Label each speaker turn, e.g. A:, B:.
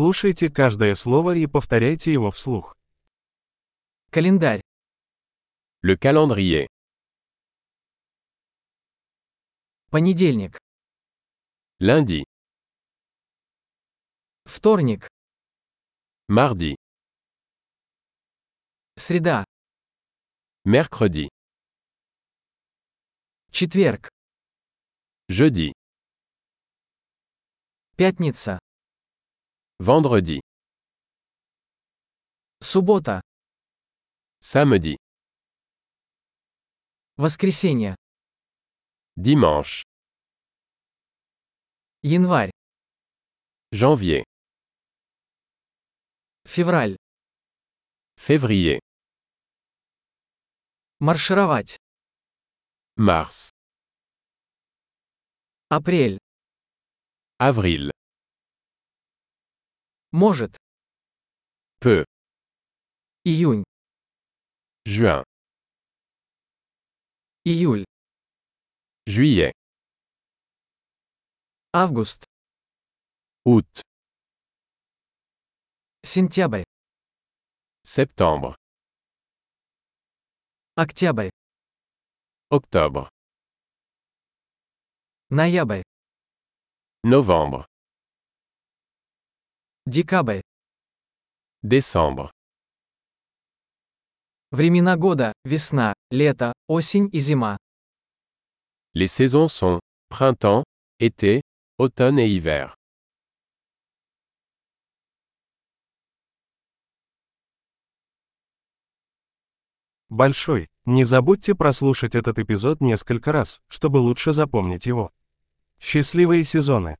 A: Слушайте каждое слово и повторяйте его вслух.
B: Calendarь.
C: Le calendrier.
B: Понедельник.
C: Lundi,
B: Вторник.
C: mardi,
B: Среда.
C: mercredi,
B: Четверг.
C: jeudi,
B: Пятница.
C: vendredi,
B: Суббота.
C: samedi,
B: Воскресенье.
C: dimanche,
B: Январь.
C: janvier,
B: Февраль.
C: février,
B: Маршировать.
C: mars,
B: Апрель.
C: avril,
B: Может.
C: peu,
B: Июнь.
C: juin,
B: Июль.
C: juillet,
B: Август.
C: août,
B: Сентябрь.
C: septembre,
B: Октябрь.
C: octobre,
B: Ноябрь.
C: novembre,
B: Декабрь.
C: décembre,
B: Времена года. Весна, лето, осень и зима.
C: Les saisons sont printemps, été, automne et hiver.
A: Большой. Не забудьте прослушать этот эпизод несколько раз, чтобы лучше запомнить его. Счастливые сезоны!